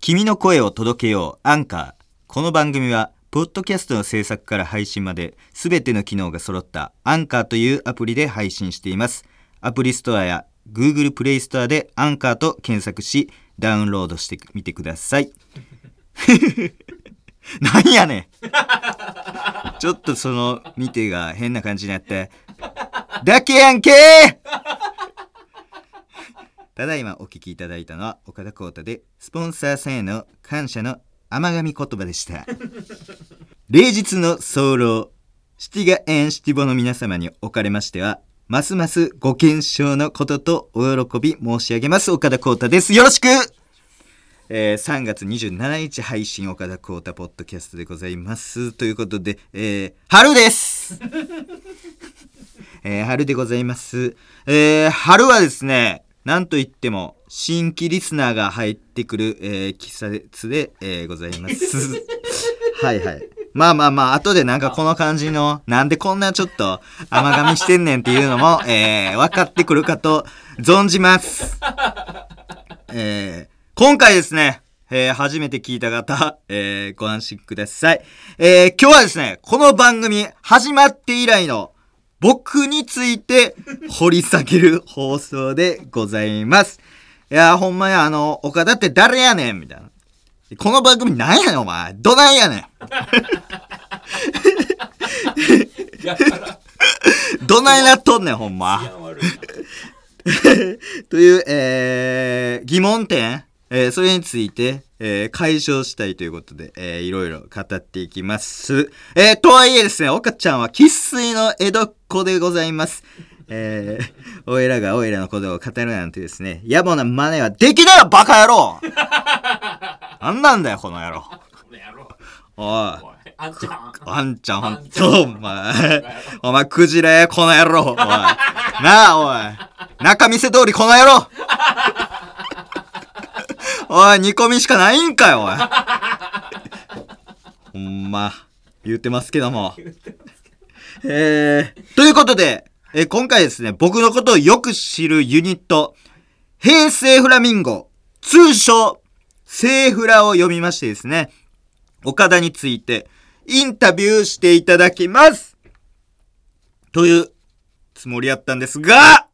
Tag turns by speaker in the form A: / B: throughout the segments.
A: 君の声を届けようアンカーこの番組はポッドキャストの制作から配信まで全ての機能が揃ったアンカーというアプリで配信していますアプリストアや Google プレイストアでアンカーと検索しダウンロードしてみてください なんやねんちょっとその見てが変な感じになってだけやんけーただいまお聞きいただいたのは岡田光太でスポンサーさんへの感謝の甘神言葉でした例日の早漏シティガエンシティボの皆様におかれましてはますますご健勝のこととお喜び申し上げます岡田光太ですよろしくえー3月27日配信岡田光太ポッドキャストでございますということで、えー春ですえー春でございます。えー春はですね、なんといっても、新規リスナーが入ってくる、えー季節で、えーございます。 はいはい。まあまあまあ、後でなんかこの感じの、なんでこんなちょっと甘噛みしてんねんっていうのも、えー分かってくるかと存じます。えー今回ですね、えー初めて聞いた方、えーご安心ください。えー今日はですね、この番組始まって以来の僕について掘り下げる放送でございます。いやー、ほんまや、あの、岡田って誰やねんみたいな。この番組なんやねん、お前。どないやねん。
B: やったら、
A: どないなっとんねん、ほんま。
B: やん悪いな。
A: という、えー疑問点、えーそれについて、えー解消したいということで、えーいろいろ語っていきます。えーとはいえですね、岡ちゃんは生粋の江戸っ子でございます。えー、おいらがおいらのことを語るなんてですね、野暮な真似はできないよ、バカ野郎 なんなんだよ、この野郎。
B: この野郎。
A: おい。
B: おい、あんちゃん。
A: あんちゃん、ほんと、お前。お前、クジラや、この野郎。おい。なあ、おい。中見せ通り、この野郎。おい、煮込みしかないんかよ、おい。ほんま、言ってますけども。えー、ということで、えー今回ですね、僕のことをよく知るユニット、平成フラミンゴ、通称、セーフラを読みましてですね、岡田についてインタビューしていただきますというつもりやったんですが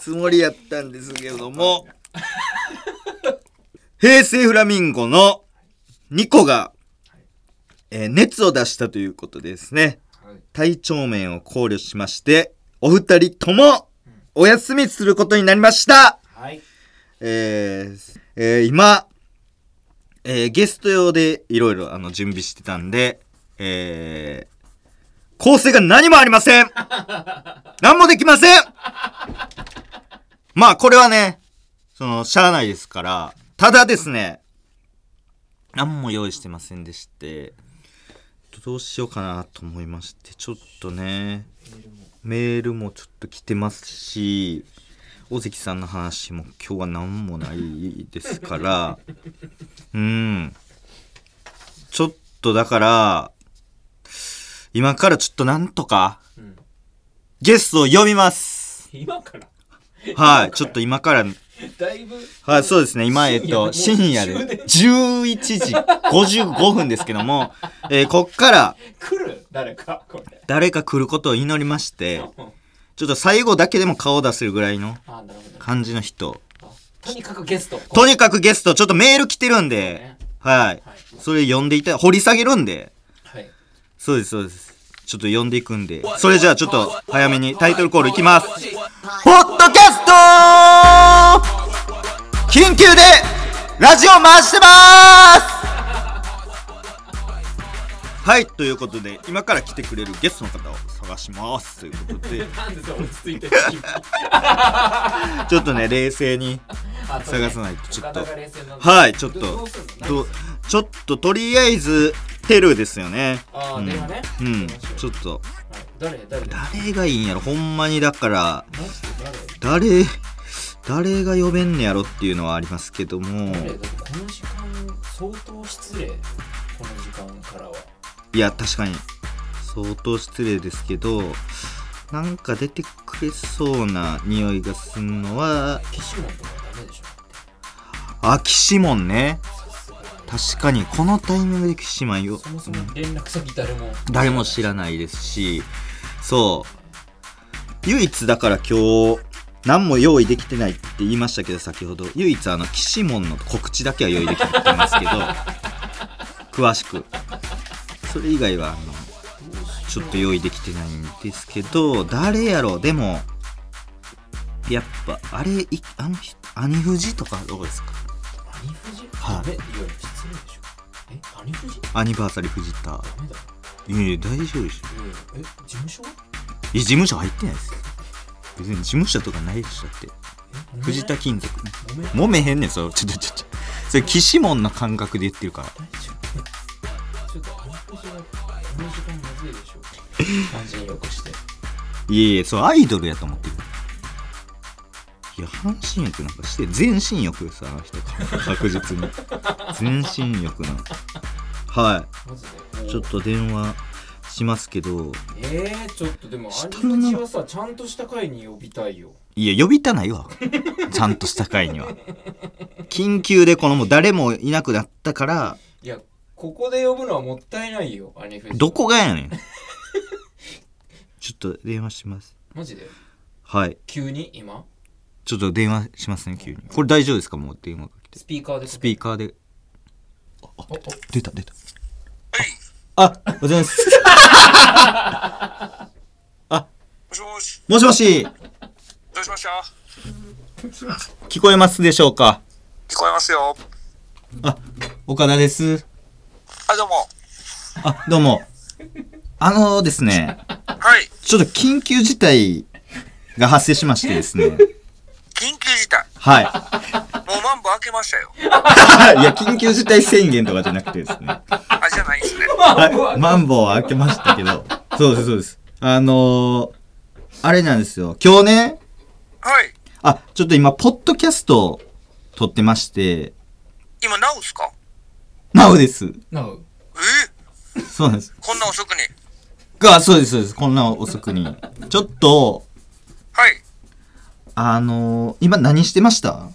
A: つもりやったんですけれども、平成フラミンゴの2個が、えー熱を出したということでですね。
B: はい
A: 体調面を考慮しまして、お二人ともお休みすることになりました。
B: はい。
A: えーえー今、えーゲスト用でいろいろあの準備してたんで、えー構成が何もありません何もできませんまあこれはね、その、しゃあないですから、ただですね、何も用意してませんでして、どうしようかなと思いまして、ちょっとね、メールもちょっと来てますし、大関さんの話も今日は何もないです から、うん。ちょっとだから、今からちょっとなんとか、
B: うん
A: ゲストを読みます。
B: 今から。
A: はい、ちょっと今から、
B: だいぶ。
A: はい、そうですね。今、えっと、深
B: 深
A: 夜
B: 夜
A: で
B: もう
A: 11時55分ですけど も、えーこっから
B: 来る誰か、これ。
A: 誰か来ることを祈りまして、
B: うん
A: ちょっと最後だけでも顔を出せるぐらいの
B: あ、なるほどね。
A: 感じの人。
B: とにかくゲスト。
A: とにかくゲスト、ちょっとメール来てるんで
B: ね、
A: はい。
B: はい。
A: それ読んでいた、掘り下げるんで、
B: はい。
A: そうです、そうです。ちょっと読んでいくんで、それじゃあちょっと早めにタイトルコールいきます。ポッドキャスト緊急でラジオ回してますはい、ということで、今から来てくれるゲストの方を探します。ということで、
B: なんでさ、落ち着いてる
A: ちょっとね、冷静に。
B: あそうね
A: 探さないとちょっと
B: 岡田が冷静なんだ
A: はい、ちょっと、
B: どうすんの
A: とちょっととりあえず、テルですよね。
B: あ
A: う
B: ー、
A: ん
B: 電話ね。
A: うん、ちょっと、
B: はい誰誰マ
A: 誰がいいんやろほんまにだから、
B: ジで
A: 誰誰が呼べんねやろっていうのはありますけども
B: 誰誰だってこの時間、相当失礼。この時間からは。
A: いや確かに相当失礼ですけどなんか出てくれそうな匂いがするのは
B: キシモンとかダメでしょ
A: あキシモンね
B: さすがに
A: 確かにこのタイミングでキシマンよ
B: そもそも連絡先誰も
A: 誰も知らないですしそう唯一だから今日何も用意できてないって言いましたけど先ほど唯一あのキシモンの告知だけは用意できてますけど 詳しくそれ以外はあのちょっと用意できてないんですけど誰やろうでもやっぱあれいあの人兄藤とかどうですか
B: アニフジ
A: はい
B: ダメいや失礼でしょえアニフジ
A: アニバーサリー藤田
B: ダメだ
A: いやいや大丈夫でしょ
B: うんえ事務所
A: いや事務所入ってないですよ別に事務所とかないでしょだって
B: え
A: 藤田金属
B: ごめん
A: 揉めへんねんそれちょちょちょちょそれ岸門の感覚で言ってるから
B: 大丈夫ちょっとアニフジはこの時間まずいでしょ感じによくして
A: いやいやそうアイドルやと思ってるいや半身浴なんかして全身浴ですあの人確実に 全身浴なのは
B: マジ
A: い
B: で
A: ちょっと電話しますけど
B: えー、ちょっとでもア
A: 下
B: ニ
A: の名
B: フジはさちゃんとした会に呼びたいよ
A: いや呼びたないわちゃんとした回には緊急でこのもう誰もいなくなったから
B: いやここで呼ぶのはもったいないよアニフジ
A: どこがやねんちょっと電話します
B: マジで
A: はい
B: 急に今
A: ちょっと電話しますね急にこれ大丈夫ですかもう電話が来て
B: スピーカーで
A: スピーカーで
B: ーカー
A: 出た出たああおはようございます
C: もしもし、
A: もしもし
C: どうしました
A: 聞こえますでしょうか
C: 聞こえますよ。
A: あ岡田です
C: あ、どうも。
A: あどうもあのですね
C: はい、
A: ちょっと緊急事態が発生しましてですね
C: 緊急事態。
A: はい
C: もうマンボ開けました よ。
A: いや緊急事態宣言とかじゃなくてですね
C: あ、じゃないんですね。
A: はい、マンボウは開けましたけど。そうです、そうです。あのー、あれなんですよ。今日ね、
C: はい、
A: あ、ちょっと今、ポッドキャストを撮ってまして、
C: 今直すか
A: なおです。
B: なう
C: え
A: そうなんです。
C: こんな遅くに。
A: が、そうです、そうです。こんな遅くに。ちょっと、
C: はい、
A: あのー、今何してました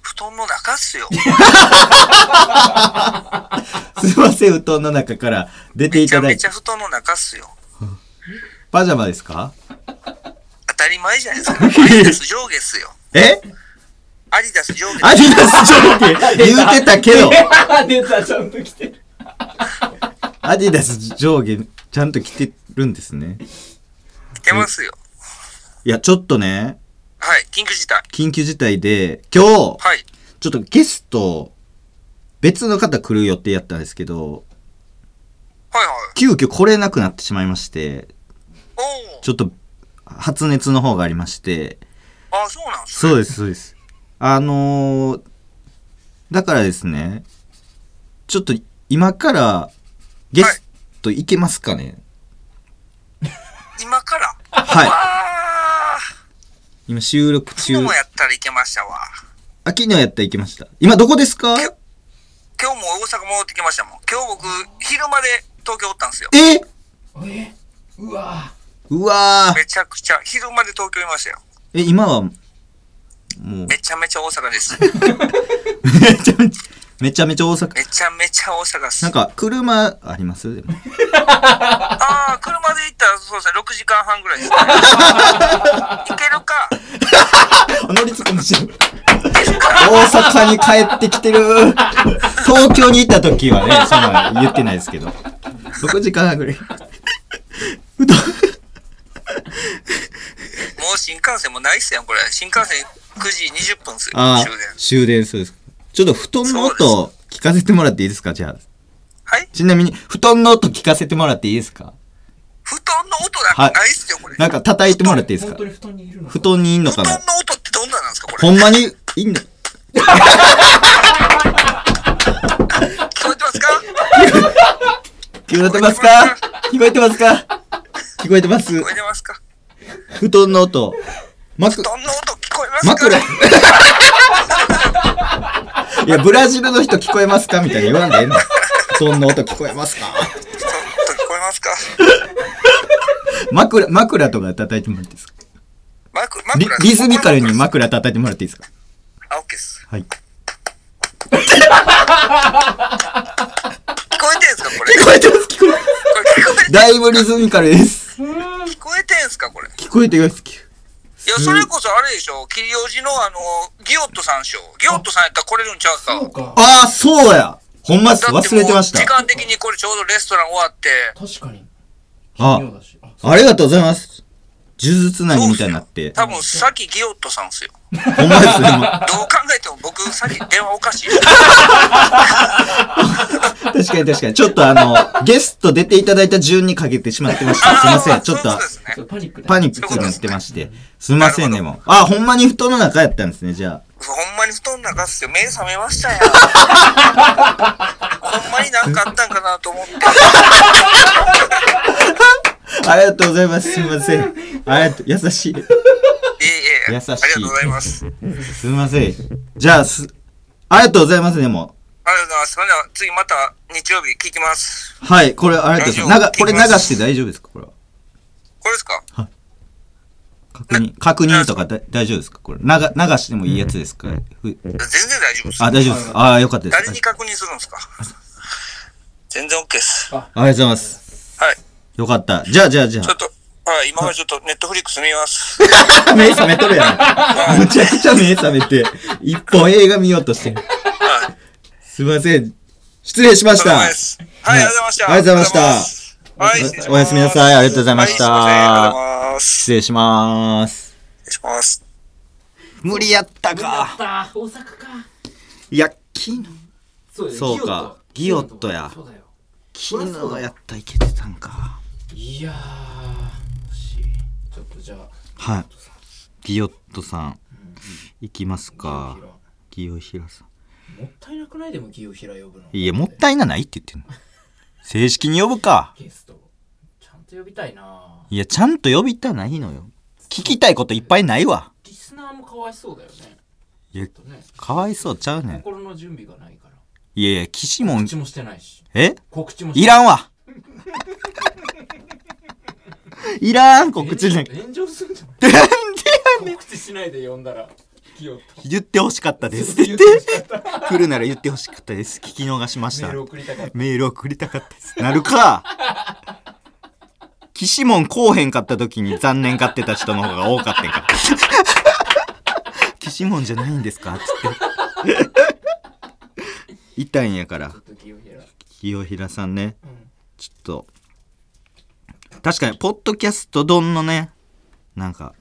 C: 布団の中っすよ。
A: すいません、布団の中から出て
C: め
A: い
C: ちゃ
A: ただ
C: め
A: い
C: ち
A: て
C: ゃ。布団の中っすよ。
A: パジャマですか
C: 当たり前じゃないです か。アディダス上下っすよ。
A: え
C: アディダス上下。
A: アディダス上下 言うてたけど、
B: 出たちゃんと来てる
A: アディダス上下ちゃんと着てるんですね。
C: 着てますよ。
A: いや、ちょっとね、
C: はい、緊急事態。
A: 緊急事態で、今日、
C: はい、
A: ちょっとゲスト、別の方来る予定やったんですけど、
C: はいはい。
A: 急遽来れなくなってしまいまして、
C: お
A: ちょっと発熱の方がありまして、
C: お。あ、そうなんす
A: そう
C: ね。
A: です、そうです。あのー、だからですね、ちょっと今からゲスト行けますかね
C: 今から。
A: はい。
C: あー、
A: 今収録中
C: 昨。日やったらいけましたわ。
A: あ、昨日やったら行けました。今どこですか
C: 今日も大阪戻ってきましたもん。今日僕、昼まで東京おったんすよ。
A: え
B: えうわ
A: うわー
C: めちゃくちゃ、昼まで東京いましたよ。
A: え、今は、もう、
C: めちゃめちゃ大阪です。
A: めちゃめちゃ、めちゃめちゃ大阪。
C: めちゃめちゃ大阪です。
A: なん
C: あ
A: か、車あります でも。
C: あー、車で行ったらそうですね、6時間半ぐらいですね。行けるか、
A: 乗りつくんですよ。
C: 行けるか。
A: 大阪に帰ってきてる。東京に行った時はね、そんなの言ってないですけど。6時間半ぐらい。うどん
C: もう新幹線もないっすよ、これ。新幹線9時20分っすよ、
A: ああ
C: 終電。、
A: 終電そうです。ちょっと布団の
C: そ
A: 音聞かせてもらっていいですかじゃあ。
C: はい
A: ちなみに、布団の音聞かせてもらっていいですか
C: 布団の音なんかないっすよ、これ。
A: なんか叩いてもらっていいですか
B: 本当に布団にいるの
A: 布団にいんの
C: 布
A: かな
C: 団の音ってどんなんなんですか、これ。
A: ほんまにいんの
C: 聞こえてますか
A: 聞こえてますか聞こえてますか聞こえてます
C: 聞こえてますか
A: 布団の音。
C: 布
A: 枕、
C: 団の音聞こえますか
A: 枕。いや、ブラジルの人聞こえますかみたいに言わんでええの。布団の音聞こえますか
C: 布団の音聞こえますか
A: 枕、枕とか叩いてもらっていいですか
C: マク
A: リ
C: 枕
A: リズミカルに枕叩いてもらっていいですか
C: あ、オッケーっす。
A: はい。
C: 聞こえてんすかこれ。
A: 聞こえてます、聞こえてま
C: これ聞こえ
A: す。だいぶリズミカルです。
C: 聞こえてんすかこれ。い
A: 聞こえてます、聞こ
C: や、それこそあれでしょ。切りおじのあの、ギオットさんでしょ。ギオットさんやったら来れるんちゃうか。
B: そうか。
A: ああ、そうやほんまっす、
C: だって
A: 忘
C: もう
A: れてました
C: 時。間的にこれちょうどレストラン終わって、
B: 確かに。
A: あ
B: 奇妙だしあ
A: ありがとうございます。呪術なぎみたいになって。
C: 多分さっきギオットさんっ すよ。
A: ほんまですね。もう
C: どう考えても僕さっき電話お かしい。
A: 確かに確かに。ちょっとあの、ゲスト出ていただいた順にかけてしまってました。すいません。ちょっと
C: そういうことですね
B: そうパニックだ。
A: パニックになってまして。すいません、でも。あ、ほんまに布団の中やったんですね、じゃ
C: ほんまに布団の中っすよ。目覚めまし たよ。ほんまになんかあったんかな と思って。
A: あ。ありがとうございます。すいません。ありがとう、優しい。
C: いえいえ。
A: 優しい
C: ありがとうございます。あり
A: すいません。じゃあ、す、ありがとうございます、でも。
C: がとうございます。それでは次また日曜日聞きます。
A: はい、これ、ありがとうございます。ながこれ流して大丈夫ですかこれは。
C: これですか
A: 確認、確認とかだ大丈夫ですかこれ。なが、流してもいいやつですかふ
C: 全然大丈夫です。
A: あ、大丈夫ですかああ、よかったです。
C: 誰に確認するんですか全然 OK です。
A: ありがとうございます。
C: はい。
A: よかった。じゃあ、じゃあ、じゃ
C: ちょっと、はい、今からちょっとネットフリックス見ます。
A: あ。目覚めとるやん。むちゃくちゃ目覚めて、一本映画見ようとしてる。
C: はい。
A: すいません。失礼しまし
C: お疲れ
A: た
C: 様。ですはい、ありがとうございました。
A: ありがとうございました
C: た。はい、失礼します
A: おやすみなさいありがとうございました
C: はいす
A: 失礼しまーす。
C: いませんありがとうございます。失礼します。
A: 無理やった
B: やっ
A: か。
B: た大阪か。
A: いや、昨日、
B: そうだよ
A: そうかギオットや
B: そうだよ。
A: 昨日やったいけてたんか。
B: いやー、惜しい。ちょっとじゃあ、
A: はい。ギオットさん、行きますか
B: ギ
A: ギ
B: オ。
A: オヒラさん。
B: もったいなくないでもギオヒラ呼ぶの。
A: いや、もったいなないって言ってんの。正式に呼ぶか。
B: ゲスト。ちゃんと呼びたいない
A: や、ちゃんと呼びたないのよ。聞きたいこといっぱいないわ。
B: リスナーもかわいそうだよね。
A: いや
B: ちょっとね、
A: かわいそうちゃうねん。
B: 心の準備がないから。
A: いやいや、岸も
B: 告
A: ん
B: 知、もしてないし。
A: え
B: 告知も
A: い
B: ん。
A: らん わ。いらん、告知な
B: 炎
A: ん
B: 上
A: か。
B: 炎上するんじゃない
A: なんでやねん。
B: 告知しないで呼んだら、ギオット。
A: 言ってほしかったです。
B: 言ってほしかった
A: 来るなら言ってほしかったです。聞き逃しまし
B: メ
A: た
B: ー。ル送りたかった。
A: メール送りたかったです。なる か。岸門こうへんかった時に残念がってた人の方が多かったんか。岸門じゃないんですかつって。いたんやから
B: ちょっ。とギオヒラ。
A: 清平さんね。
B: うん。
A: ちょっと。確かに、ポッドキャスト丼のね、なんか、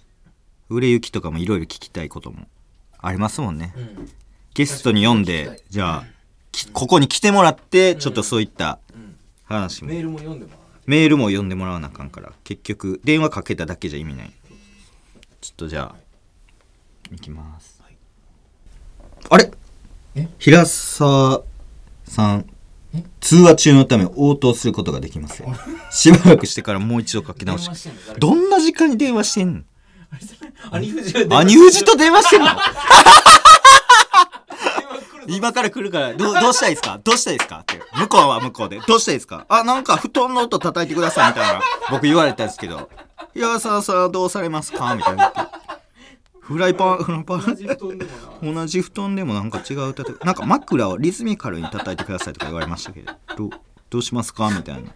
A: 売れ行きとかもいろいろ聞きたいこともありますもんね。
B: うん。
A: ゲストに読ん
B: 確かに聞
A: で
B: きた、い
A: じゃあ、きここに来てもらって、ちょっとそういった話も
B: メールも読んでもらわない
A: メールも読んでもらわなあかんから結局電話かけただけじゃ意味ないちょっとじゃあいきます、あれ
B: え
A: 平沢さん
B: え
A: 通話中のため応答することができませんしばらくしてからもう一度書き直し
B: 電話してんの誰
A: どんな時間に電話してんの
B: あれじゃない兄 藤が電話
A: 兄藤と電話してんの
B: 電話来るぞ
A: 今から来るからどうどうしたいですかどうしたいですかって向こうは向こうでどうしたいですかあなんか布団の音叩いてくださいみたいな僕言われたんですけど「いやささどうされますか?」みたいなフライパンフライパ
B: 同
A: ン
B: じ布団でもな
A: 同じ布団でもなんか違う叩くなんか枕をリズミカルに叩いてくださいとか言われましたけどどうどうしますかみたいな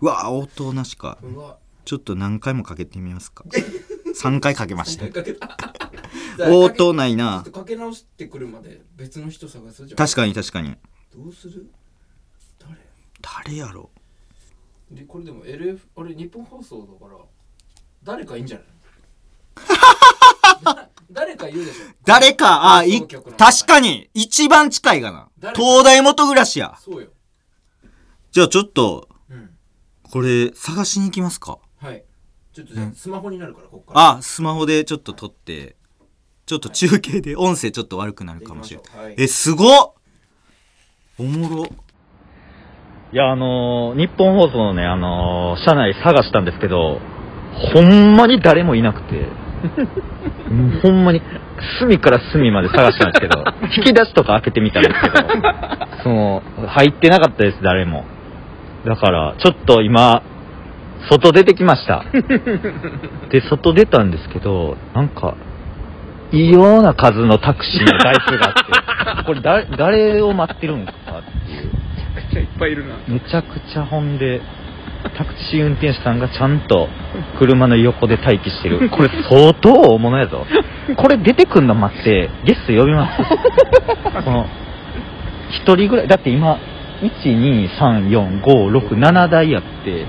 A: うわ応答なしか
B: うわ
A: ちょっと何回もかけてみますか3回かけました
B: かけた
A: 応答ないな
B: かけ直してくるまで別の人探すじゃん
A: 確かに確かに
B: どうする誰
A: 誰やろ
B: でこれでも LF あれ日本放送だから誰かいいんじゃない だ誰か言うでしょ
A: 誰か、あ、い、
B: 放送
A: 確
B: 局の
A: かに、一番近いかな。
B: 誰か
A: 東大元暮らしや。
B: そうよ
A: じゃあちょっと、
B: うん
A: これ、探しに行きますか。
B: はいちょっとじゃあスマホになるからこっから
A: あ、スマホでちょっと撮って、ちょっと中継で音声ちょっと悪くなるかもしれない。
B: ない、はい、
A: え、すごっおもろ。いや、あの日本放送のね、あの社内探したんですけど、ほんまに誰もいなくて、 ほんまに、隅から隅まで探したんですけ ど、引き出しとか開けてみたんですけど、その、入ってなかったです、誰も。だから、ちょっと今、外出てきま した。で、外出たんですけど、なんか、異様な数のタクシーの台数があって、これだ誰を待ってるんかっていう。
B: めっちゃいっぱいいるな。
A: めちゃくちゃほんで、タクシー運転手さんがちゃんと車の横で待機してる。これ相当大物やぞ。これ出てくんの待って、ゲスト呼びます。この、一人ぐらい、だって今、1、2、3、4、5、6、7台やって、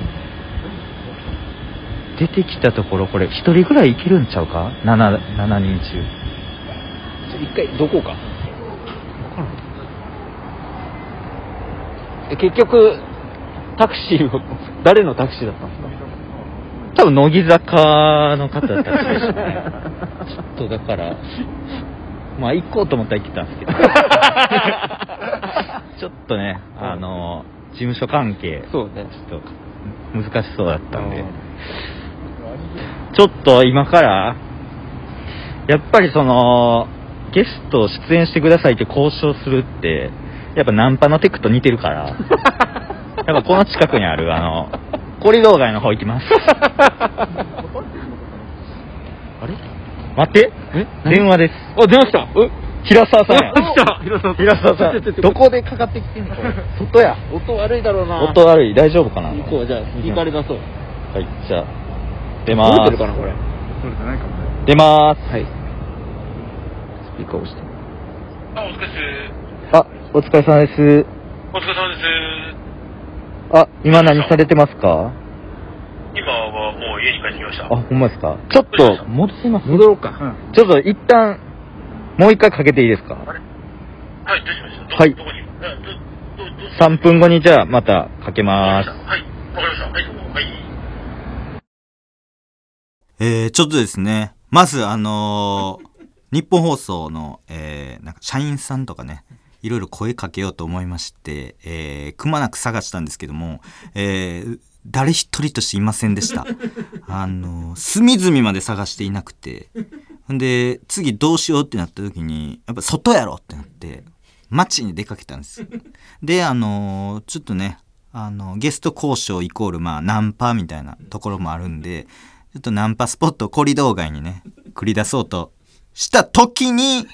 A: 出てきたところこれ一人ぐらいいけるんちゃうか 7, 7人中
B: 一回、どこか。
D: え結局タクシーを誰のタクシーだったんですか
A: 多分乃木坂の方たちでしたねちょっとだからまあ行こうと思ったら来たん ですけどちょっとねあの事務所関係ちょっ
D: そうね
A: と難しそうだったんでちょっと今からやっぱりそのゲストを出演してくださいって交渉するってやっぱナンパのテクと似てるからやっぱこの近くにあるあのコリドー街の方行きます
D: あれ
A: 待って
D: え何
A: 電話です
D: あ出ましたえ
A: 平沢さんや
D: 来た 平沢さ ん
A: 平沢さ
D: ちょちょち
A: ん
D: ょ
A: どこでかかってきてんのこれ外や
D: 音悪いだろうな
A: 音悪い大丈夫かな
D: 行こうじゃあ行かれ出そう
A: はいじゃあ出ま
D: 持
A: ー
D: って
A: す
D: るかなこれ
A: 出まーす
D: はいスピーカー押して
E: あ、お疲れっす。
A: あお疲れ様です
E: お疲れ様です。
A: あ今何されてますか
E: 今はもう家に帰ってきました。
A: あほんまですかちょっと戻せます
D: 戻ろうか
A: ちょっと一旦もう一回かけていいですか
E: はい、どうしましたど
A: はい
E: どこにあど、ど、ど、
A: 3分後にじゃあまたかけま
E: わ
A: ーす
E: かりましたはい、わかりました。はい、どうも。はい。
F: えーちょっとですね、まず、あのー 日本放送の、えーなんか社員さんとかね、いろいろ声かけようと思いまして、えーくまなく探したんですけども、えー誰一人としていませんでした。 あのー隅々まで探していなくて、ほんで、次どうしようってなった時に、やっぱ外やろってなって、街に出かけたんですよ。で、あのーちょっとね、あのゲスト交渉イコール、まあ、ナンパみたいなところもあるんで、ちょっとナンパスポットをコリドー街にね、繰り出そうとした時に、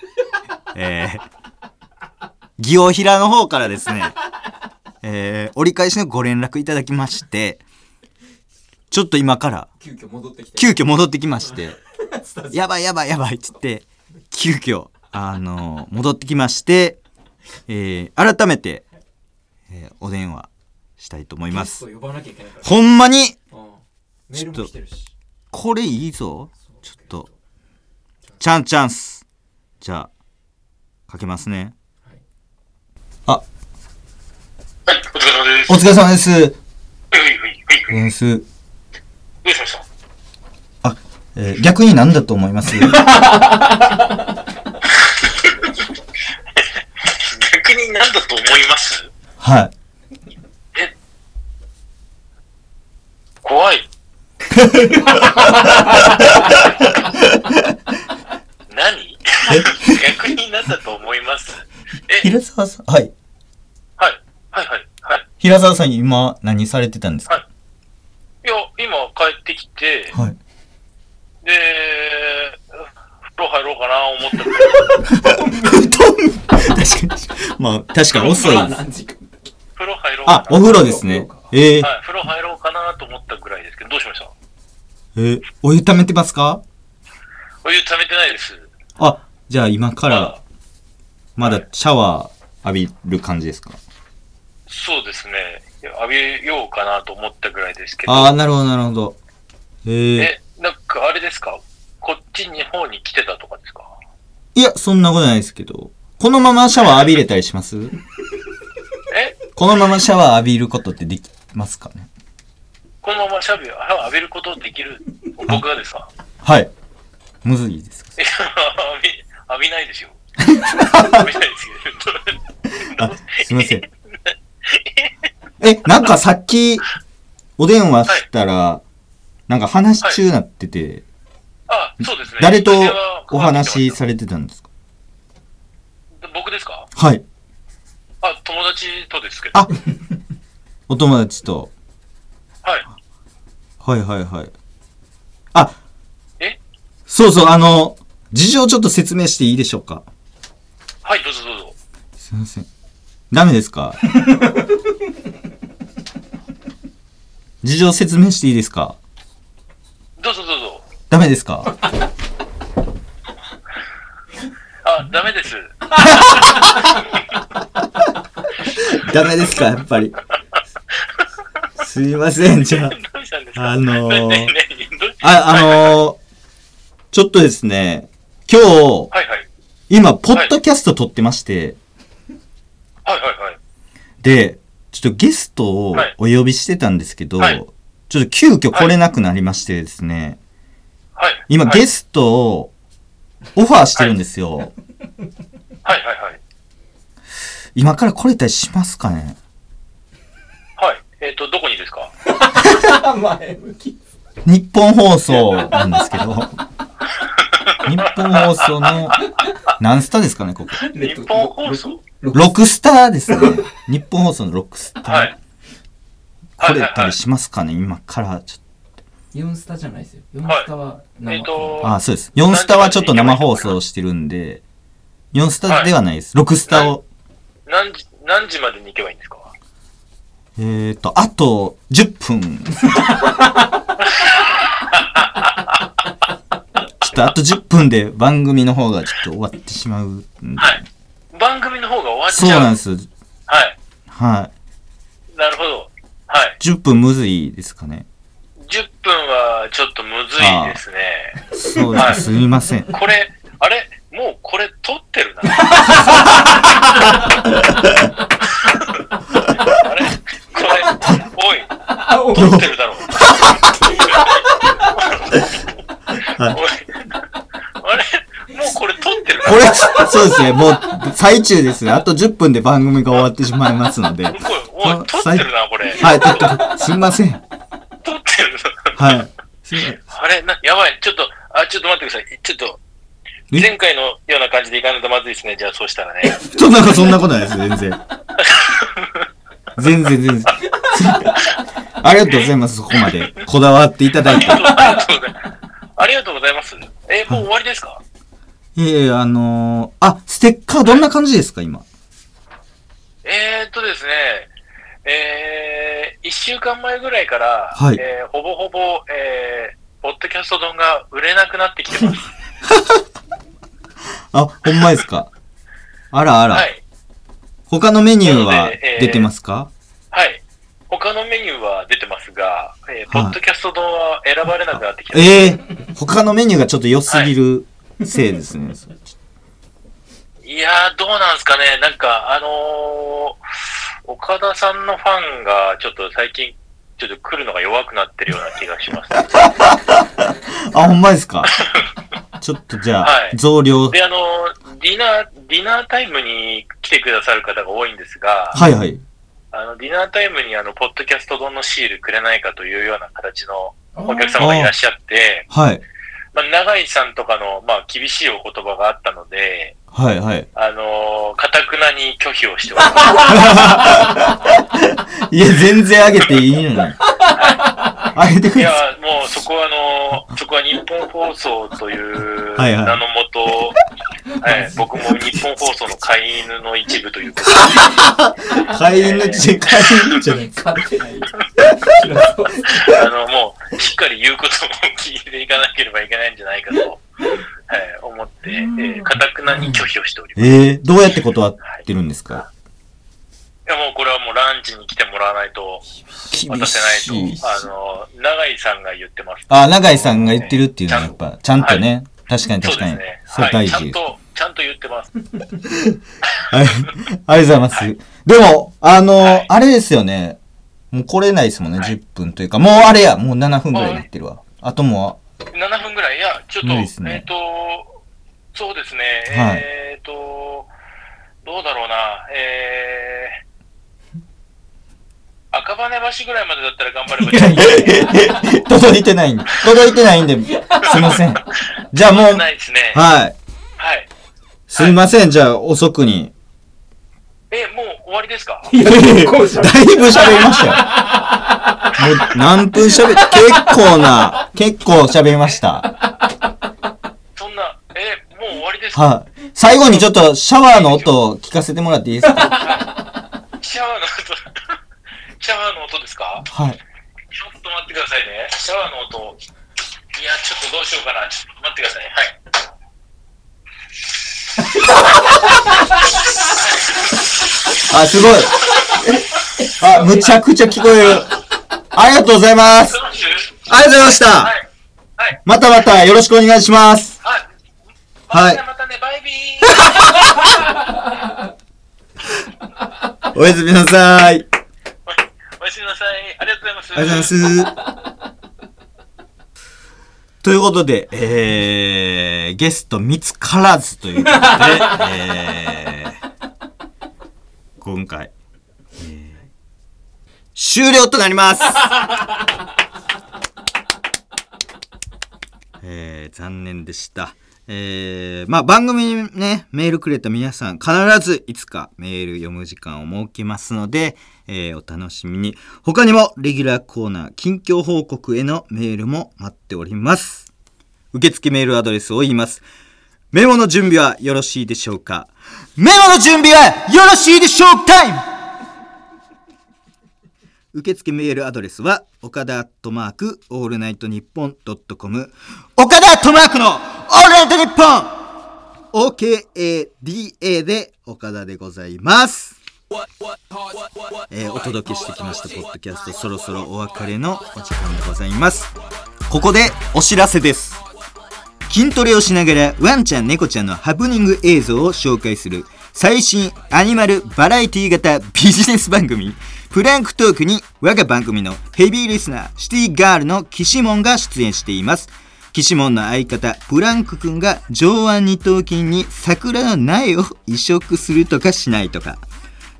F: えー、ギオヒラの方からですね、えー折り返しのご連絡いただきまして、ちょっと今から、
B: 急遽戻ってきて。
F: 急遽戻ってきまして、
B: スタジ
F: やばいやばいやばいって言って、急遽、あの戻ってきまして、えー改めて、えーお電話したいと思い
B: オ
F: ま
B: ゲス
F: す。
B: ト呼ばなきゃいけないから。
F: ほんまに、
B: うんメールも来てるし。
F: これいいぞ。ちょっと。チャンチャンス。じゃあ、かけますね。
E: はい、お疲れ様です。
F: お疲れ様です。
E: はい、はい、はい。はい
F: です。
E: どうしました
F: あ、えー逆に何だと思います
E: 逆に何だと思います
F: はい。
E: 怖い。何逆に何だと思いますえ、
F: 平沢さん、はい。
E: はい、はい、はい、はい。
F: 平沢さん今何されてたんですか
E: いや、今帰ってきて、
F: はい。
E: で、風呂入ろうかな思ったら、
F: 確かに。まあ、確かに 遅いです。
B: 何時間だ
E: 風呂入ろうかな
F: あ、お風呂ですね。えー
E: はい、風呂入ろうかなと思ったぐらいですけど、どうしました
F: えーお湯溜めてますか
E: お湯溜めてないです。
F: あ、じゃあ今から
E: あ、
F: まだシャワー浴びる感じですか
E: そうですね。浴びようかなと思ったぐらいですけど。
F: ああ、なるほど、なるほど。えー、
E: え、なんかあれですかこっちの方に来てたとかですか
F: いや、そんなことないですけど。このままシャワー浴びれたりします
E: え
F: このままシャワー浴びることってできますかね
E: このままシャビを浴びることできる僕がですか
F: はい。むずいですか
E: いや浴び、浴びないですよ。浴びないですけど。
F: あ、すいません。え、なんかさっき、お電話したら、なんか話し中なってて、
E: あ、そうですね。
F: 誰と
E: 電話
F: お話しされてたんですか
E: 僕ですか
F: はい。
E: あ、友達とですけど。
F: あ、お友達と。
E: はい。
F: はいはいはい。あ
E: え
F: そうそう、あの、事情をちょっと説明していいでしょうか
E: はい、どうぞどうぞ。
F: すいません。ダメです か事情説明していいですか
E: どうぞどうぞ。
F: ダメですか
E: あ、ダメです。
F: ダメですかやっぱり。すいません、じゃあ。
E: どうしたんですか
F: あのー
E: ねねねどう
F: あ、あのーちょっとですね、今日、
E: はいはい。
F: 今、ポッドキャスト撮ってまして、
E: はいはいはい。
F: で、ちょっとゲストを
E: はい
F: お呼びしてたんですけど、
E: はい
F: ちょっと急遽来れなくなりましてですね、
E: はい。
F: 今
E: はい
F: ゲストをオファーしてるんですよ。
E: はいはいはい。
F: 今から来れたりしますかね
E: はい。えっ、と、どこにですか
B: 前向き。
F: 日本放送なんですけ ど、日本放送の、何スターですかね、ここ。
E: 日本放送
F: ロックスターですね。日本放送のロックスター。
E: はい。
F: 来れたりしますかね今からちょっ
B: 4スタじゃないですよ。4スタは
E: えっ、と
F: と。あ、そうです。4スタはちょっと生放送してるんで、4スタではないです。6スタを。
E: 何時、何時までに行けばいいんですか
F: えっと、あと10 分。ちょっとあと10分で番組の方がちょっと終わってしまうんで。
E: はい。番組の方が終わっ
F: そう
E: ちゃう。
F: なんです。
E: はい。
F: は
E: なるほど。はい。
F: い。10分むずいですかね。
E: 10分はちょっとむずいですね。
F: そうですか。すみません。
E: これ、あれもうこれ撮ってるな。 あれこれ、おい、撮ってるだ ろう。おい、あれもうこれ撮ってるな。
F: これ、そうですね。もう、最中ですね。あと10分で番組が終わってしまいますので。
E: これおい、撮ってるな、これ。
F: はい、ちょっと、すみません。
E: 撮ってる な。
F: はい。すいません
E: あれな、やばい、ちょっと、あ、ちょっと待ってください。ちょっと、
F: え
E: 前回のような感じでいかないとまずいですね。じゃあ、そうしたらね。
F: そんなこと、そんなことないです、全然。全然、全然。ありがとうございます、そこまで。こだわっていただいて。
E: ありがとうございます。ありがとうございます。え、もう終わりですか
F: いえいえ、あのー、あ、ステッカーどんな感じですか、今。
E: えー、っとですね、えー、1週間前ぐらいから、
F: はい
E: えーほぼほぼ、えー、ポッドキャスト丼が売れなくなってきてます。
F: あ、ほんまですか。あ らあら。
E: はい。
F: 他のメニューは
E: なのでえー
F: 出てますか、
E: はい。他のメニューは出てますが、えー、ポッドキャスト丼は選ばれなくなってきてます。
F: ええ他のメニューがちょっと良すぎるせいですね。
E: いやー、どうなんですかね。なんか、あのー、岡田さんのファンが、ちょっと最近、ちょっと来るのが弱くなってるような気がし ます。
F: あ、ほんまです か。ちょっとじゃあ、
E: はい
F: 増量。
E: で、あのー、ディナー、ディナータイムに来てくださる方が多いんですが、
F: はいはい。
E: あの、ディナータイムに、あの、ポッドキャスト丼のシールくれないかというような形のお客様がいらっしゃって、
F: はい。
E: まあ、長井さんとかの、まあ、厳しいお言葉があったので、
F: はいはい。
E: あのー、かたくなに拒否をしております。
F: いや、全然あげていいのに。あげてく
E: い
F: れ
E: や、もうそこはあの、そこは日本放送という
F: はいはい
E: 名のもと、はい僕も日本放送の飼い犬の一部という こと
F: 飼い犬ち、飼い犬じゃない。
B: 勝ってない。
E: で、あの、もう、しっかり言うことも聞いていかなければいけないんじゃないかと、はい、思って、えーかたくなに拒否をしております。い
F: ええどうやって断ってるんですか
E: や、もうこれはもうランチに来てもらわないと、渡せないと、あの、長井さんが言ってます。
F: あ、永井さんが言ってるっていうのはやっぱ、ちゃんとね。確かに
E: そうで
F: 確か
E: す
F: に
E: ね。。
F: それ
E: は
F: 大
E: い、ちゃ
F: 事
E: ん
F: です。
E: と、ちゃんと言ってます。
F: はい。 ありがとうございます。でも、あ
E: は
F: の
E: い、
F: あれですよね。もう来れないですもんね、10分というか。もうあれや、もう7分ぐらいになってるわ。あとも
E: 7分ぐらい、いや、ちょっと、
F: 無理ですね
E: えっ、と、そうですね、
F: はい
E: えっ、と、どうだろうな、えー、赤羽橋ぐらいまでだったら頑張れば
F: う、
E: いい。
F: 届いてないんで、届いてないんで、すいません。じゃあもう、
E: ないですね。は
F: はい。
E: い。
F: すいません、じゃあ遅くに。
E: え、もう終わりですか
F: だいぶ喋りましたよ。う何分喋って、結構な、結構喋りました。
E: そんな、え、もう終わりですか
F: はい。最後にちょっとシャワーの音を聞かせてもらっていいですか
E: シャワーの音、 シャワーの音ですか
F: はい。
E: ちょっと待ってくださいね。シャワーの音。いや、ちょっとどうしようかな。ちょっと待ってください。はい。
F: あ、すごい。あ、むちゃくちゃ聞こえる。ありがとうございます。
E: 楽しい
F: ありがとうございました。
E: はい。はい。
F: またまたよろしくお願いします。
E: はい。
F: はい
E: またねまたね、バイビー。
F: おやすみなさい。
E: おやすみなさい。ありがとうございます。
F: ありがとうございます。ということで、えー、ゲスト見つからずということで、えー今回、えー終了となります。えー残念でした。えーまあ番組にね、メールくれた皆さん、必ずいつかメール読む時間を設けますので、えーお楽しみに。他にも、レギュラーコーナー、近況報告へのメールも待っております。受付メールアドレスを言います。メモの準備はよろしいでしょうかメモの準備はよろしいでしょうタイム受付メールアドレスは、岡田アットマーク、オールナイトニッポンドットコム、岡田アットマークの、オールナイトニッポン !OKADA で、岡田でございます。えーお届けしてきました、ポッドキャスト、そろそろお別れのお時間でございます。ここで、お知らせです。筋トレをしながらワンちゃん猫ちゃんのハプニング映像を紹介する最新アニマルバラエティ型ビジネス番組プランクトークに我が番組のヘビーリスナーシティガールのキシモンが出演していますキシモンの相方プランクくんが上腕二頭筋に桜の苗を移植するとかしないとか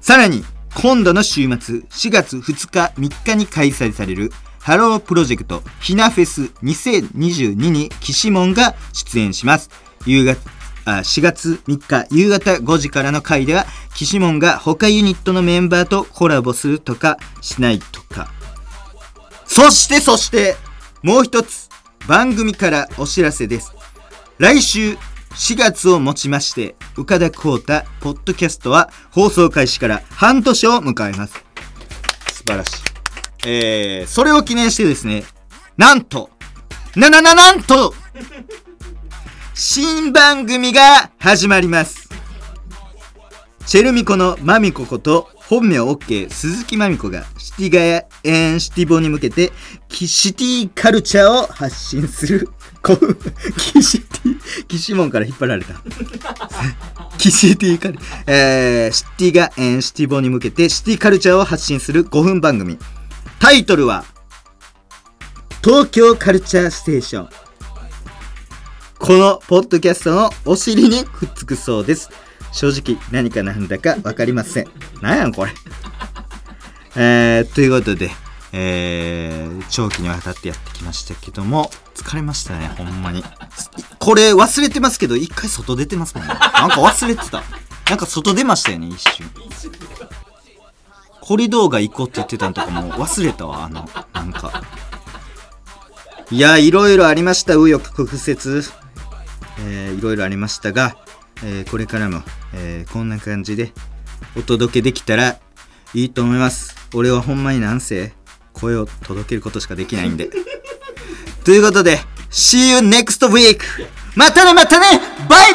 F: さらに今度の週末4月2日3日に開催されるハロープロジェクトひなフェス2022にキシモンが出演します夕方あ4月3日夕方5時からの回ではキシモンが他ユニットのメンバーとコラボするとかしないとかそしてそしてもう一つ番組からお知らせです来週4月をもちまして岡田浩太ポッドキャストは放送開始から半年を迎えます素晴らしいえー、それを記念してですねなんとななななんと新番組が始まりますチェルミコのマミコこと本名 OK 鈴木マミコがシティガヤエンシティボに向けてキシティカルチャーを発信するこうキシティキシモンから引っ張られたキシティカル、えー、シティガエンシティボに向けてシティカルチャーを発信する5分番組タイトルは東京カルチャーステーションこのポッドキャストのお尻にくっつくそうです正直何かなんだか分かりませんなんやんこれえー、ということでえー、長期にわたってやってきましたけども疲れましたねほんまにこれ忘れてますけど一回外出てますもんねなんか忘れてたなんか外出ましたよね一瞬コリドーが行こうって言ってたんとかも忘れたわあのなんかいやいろいろありました紆余曲折、えーいろいろありましたが、えーこれからも、えーこんな感じでお届けできたらいいと思います俺はほんまになんせ声を届けることしかできないんでということで See you next week またねまたねバイ